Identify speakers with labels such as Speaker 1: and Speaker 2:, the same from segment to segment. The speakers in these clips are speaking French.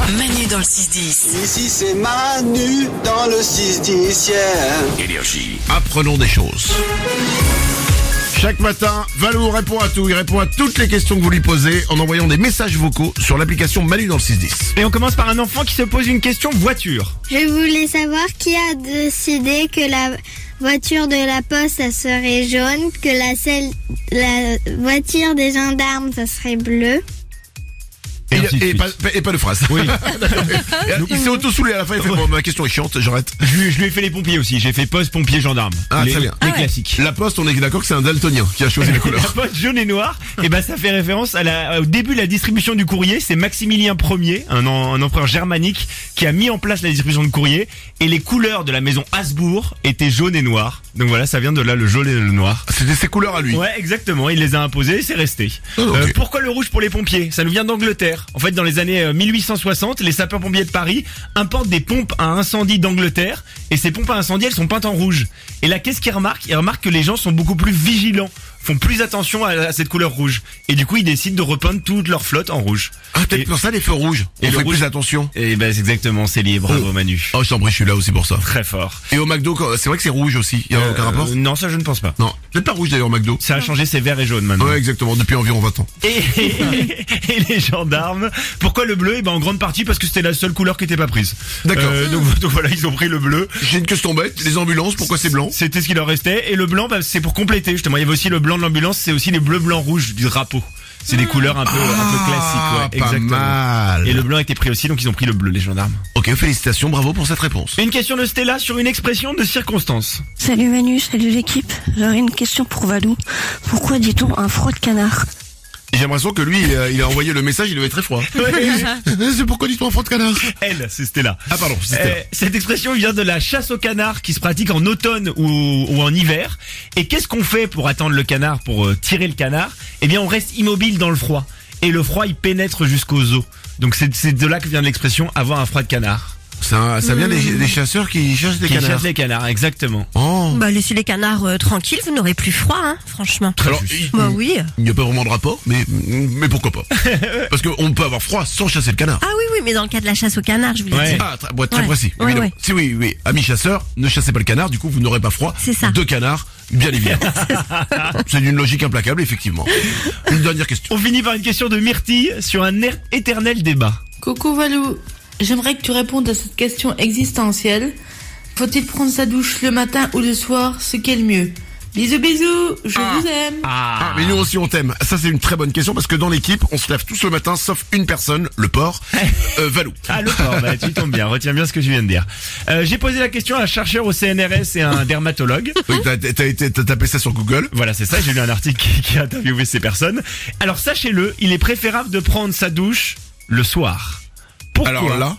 Speaker 1: Manu dans le 6-10.
Speaker 2: Ici c'est Manu dans le 6-10, yeah.
Speaker 3: Énergie. Apprenons des choses. Chaque matin, Valou répond à tout. Il répond à toutes les questions que vous lui posez en envoyant des messages vocaux sur l'application Manu dans le 610.
Speaker 4: Et on commence par un enfant qui se pose une question voiture.
Speaker 5: Je voulais savoir qui a décidé que la voiture de la poste, ça serait jaune, que la, selle- la voiture des gendarmes, ça serait bleu.
Speaker 3: Et,
Speaker 4: ainsi de
Speaker 3: et
Speaker 4: suite.
Speaker 3: pas, et pas de phrase.
Speaker 4: Oui.
Speaker 3: Et il s'est auto-soulé à la fin. Il fait bon, ma question est chiante, j'arrête.
Speaker 4: Je, lui- je lui ai fait les pompiers aussi. J'ai fait poste, pompier, gendarme.
Speaker 3: Ah,
Speaker 4: les,
Speaker 3: très bien.
Speaker 4: Les
Speaker 6: Ah ouais.
Speaker 4: classiques.
Speaker 3: La poste, on est d'accord que c'est un daltonien qui a choisi la
Speaker 4: La
Speaker 3: couleur.
Speaker 4: poste jaune et noire, et ben ça fait référence à la, au début de la distribution du courrier. C'est Maximilien Ier, un, en- un empereur germanique, qui a mis en place la distribution de courrier. Et les couleurs de la maison Habsbourg étaient jaune et noir. Donc voilà, ça vient de là le jaune et le noir.
Speaker 3: C'était ses couleurs à lui.
Speaker 4: Ouais, exactement. Il les a imposés et c'est resté.
Speaker 3: Ah, ok.
Speaker 4: Euh, pourquoi le rouge pour les pompiers Ça nous vient d'Angleterre. En fait, dans les années euh, 1860, les sapeurs-pompiers de Paris importent des pompes à incendie d'Angleterre et ces pompes à incendie, elles sont peintes en rouge. Et là, qu'est-ce qu'ils remarquent Ils remarquent que les gens sont beaucoup plus vigilants, font plus attention à, à cette couleur rouge. Et du coup, ils décident de repeindre toute leur flotte en rouge.
Speaker 3: Ah, peut-être
Speaker 4: Et-
Speaker 3: pour ça les feux rouges.
Speaker 4: et
Speaker 3: On
Speaker 4: le
Speaker 3: fait
Speaker 4: rouge-
Speaker 3: plus attention.
Speaker 4: Et ben, c'est exactement, c'est lié. Bravo, Manu.
Speaker 3: Oh, je t'en prie, je suis là aussi pour ça.
Speaker 4: Très fort.
Speaker 3: Et au McDo, quand- c'est vrai que c'est rouge aussi. Il y a aucun
Speaker 4: Euh,
Speaker 3: rapport
Speaker 4: Non, ça, je ne pense pas.
Speaker 3: Non. Peut-être pas rouge d'ailleurs au McDo.
Speaker 4: Ça a changé, c'est vert et jaune maintenant.
Speaker 3: Ouais, exactement, depuis environ 20 ans.
Speaker 4: et, et les gendarmes. Pourquoi le bleu Eh ben en grande partie parce que c'était la seule couleur qui était pas prise.
Speaker 3: D'accord.
Speaker 4: Euh, donc, donc voilà, ils ont pris le bleu.
Speaker 3: J'ai une question bête. Les ambulances, pourquoi c'est blanc
Speaker 4: C'était ce qui leur restait. Et le blanc, bah, c'est pour compléter. Justement, il y avait aussi le blanc de l'ambulance. C'est aussi les bleus, blancs, rouges du drapeau. C'est des couleurs un peu, un peu
Speaker 3: Ah,
Speaker 4: classiques. Ouais,
Speaker 3: pas
Speaker 4: exactement.
Speaker 3: mal.
Speaker 4: Et le blanc était pris aussi, donc ils ont pris le bleu, les gendarmes.
Speaker 3: Ok, félicitations, bravo pour cette réponse.
Speaker 4: Une question de Stella sur une expression de circonstance.
Speaker 7: Salut Manu, salut l'équipe. J'aurais une question pour Valou. Pourquoi dit-on un froid de canard
Speaker 3: Et J'ai l'impression que lui, il a, il a envoyé le message, il devait être très froid. c'est pourquoi dis-toi en froid de canard
Speaker 4: Elle, c'est Stella.
Speaker 3: Ah pardon, c'était...
Speaker 4: Euh, cette expression vient de la chasse au canard qui se pratique en automne ou, ou en hiver. Et qu'est-ce qu'on fait pour attendre le canard, pour euh, tirer le canard Eh bien, on reste immobile dans le froid. Et le froid, il pénètre jusqu'aux os. Donc c'est c'est de là que vient l'expression avoir un froid de canard.
Speaker 3: Ça, ça vient des, des chasseurs qui chassent des
Speaker 4: Mm. Qui
Speaker 3: canards.
Speaker 4: chasse les canards, exactement.
Speaker 3: Oh.
Speaker 6: Bah laissez les canards euh, tranquilles, vous n'aurez plus froid, hein, franchement.
Speaker 3: Alors, il
Speaker 6: Bah oui.
Speaker 3: il n'y a pas vraiment de rapport, mais, mais pourquoi pas Parce qu'on peut avoir froid sans chasser le canard.
Speaker 6: Ah oui, oui, mais dans le cas de la chasse au canard, je vous l'ai
Speaker 4: Ouais.
Speaker 6: dit.
Speaker 3: Ah, très, bon, très
Speaker 6: Hein. Ouais.
Speaker 3: précis.
Speaker 6: Ouais,
Speaker 3: évidemment.
Speaker 6: ouais.
Speaker 3: Si oui, oui, amis chasseurs, ne chassez pas le canard, du coup vous n'aurez pas froid.
Speaker 6: C'est ça.
Speaker 3: De canard, bien évidemment. C'est d'une logique implacable, effectivement. Une dernière question.
Speaker 4: On finit par une question de Myrtille sur un er- éternel débat.
Speaker 8: Coucou Valou, j'aimerais que tu répondes à cette question existentielle. Faut-il prendre sa douche le matin ou le soir, ce qui est le mieux Bisous bisous, je vous aime
Speaker 3: Ah, mais nous aussi on t'aime. Ça c'est une très bonne question parce que dans l'équipe, on se lève tous le matin sauf une personne, le porc, euh, Valou.
Speaker 4: Ah, le porc, bah, tu tombes bien, retiens bien ce que je viens de dire. Euh, J'ai posé la question à un chercheur au CNRS et à un dermatologue.
Speaker 3: Oui, t'as, t'as été- t'as tapé ça sur Google.
Speaker 4: Voilà, c'est ça, j'ai lu un article qui, qui a interviewé ces personnes. Alors sachez-le, il est préférable de prendre sa douche le soir. Pourquoi
Speaker 3: Alors là,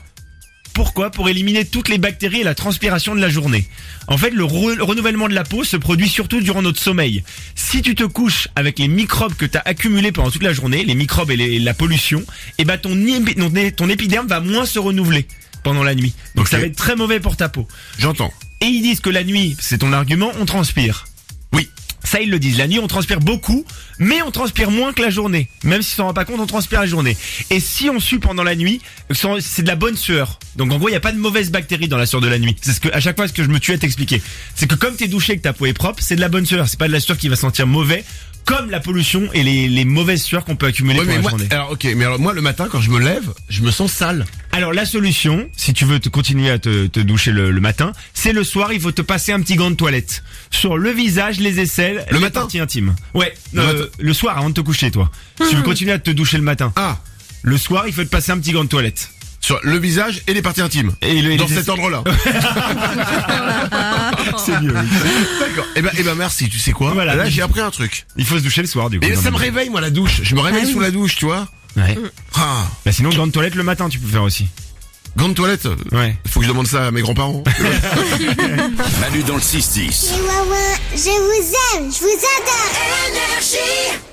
Speaker 4: Pourquoi Pour éliminer toutes les bactéries et la transpiration de la journée. En fait, le, re- le renouvellement de la peau se produit surtout durant notre sommeil. Si tu te couches avec les microbes que tu as accumulés pendant toute la journée, les microbes et les- la pollution, eh ben ton, épi- ton é- ton épiderme va moins se renouveler pendant la nuit. Donc
Speaker 3: Ok.
Speaker 4: ça va être très mauvais pour ta peau.
Speaker 3: j'entends.
Speaker 4: Et ils disent que la nuit, c'est ton argument, on transpire.
Speaker 3: Oui.
Speaker 4: Ça, ils le disent. La nuit, on transpire beaucoup, mais on transpire moins que la journée. Même si on s'en rend pas compte, on transpire la journée. Et si on sue pendant la nuit, sans- c'est de la bonne sueur. Donc, en gros, il n'y a pas de mauvaises bactéries dans la sueur de la nuit. C'est ce que, à chaque fois, ce que je me tue à t'expliquer. C'est que comme t'es douché, que ta peau est propre, c'est de la bonne sueur. C'est pas de la sueur qui va sentir mauvais, comme la pollution et les, les mauvaises sueurs qu'on peut accumuler
Speaker 3: Ouais, mais
Speaker 4: pendant la
Speaker 3: moi,
Speaker 4: journée.
Speaker 3: alors ok, mais alors moi le matin quand je me lève, je me sens sale.
Speaker 4: Alors la solution, si tu veux te continuer à te, te doucher le, le matin, c'est le soir, il faut te passer un petit gant de toilette sur le visage, les aisselles,
Speaker 3: Le
Speaker 4: les
Speaker 3: matin
Speaker 4: parties intimes. Ouais,
Speaker 3: Le
Speaker 4: le, Ah.
Speaker 3: matin.
Speaker 4: le soir avant de te coucher, toi. Si tu veux continuer à te doucher le matin,
Speaker 3: Ah,
Speaker 4: le soir, il faut te passer un petit gant de toilette.
Speaker 3: sur le visage et les parties intimes.
Speaker 4: Et le- et
Speaker 3: dans
Speaker 4: les-
Speaker 3: cet ordre-là.
Speaker 4: C'est mieux.
Speaker 3: D'accord. Eh ben, eh ben merci. Tu sais quoi
Speaker 4: Voilà.
Speaker 3: Là j'ai appris un truc.
Speaker 4: Il faut se doucher le soir, du coup.
Speaker 3: Et
Speaker 4: quand
Speaker 3: ça me
Speaker 4: même.
Speaker 3: réveille moi la douche. Je me réveille sous la douche, tu vois.
Speaker 4: Ouais.
Speaker 3: Ah,
Speaker 4: Bah, sinon, gant de toilette le matin, tu peux faire aussi.
Speaker 3: grande toilette.
Speaker 4: Ouais.
Speaker 3: Faut que je demande ça à mes grands-parents. Manu dans le 6-10.
Speaker 9: Les Wawa, je vous aime, je vous adore. Énergie.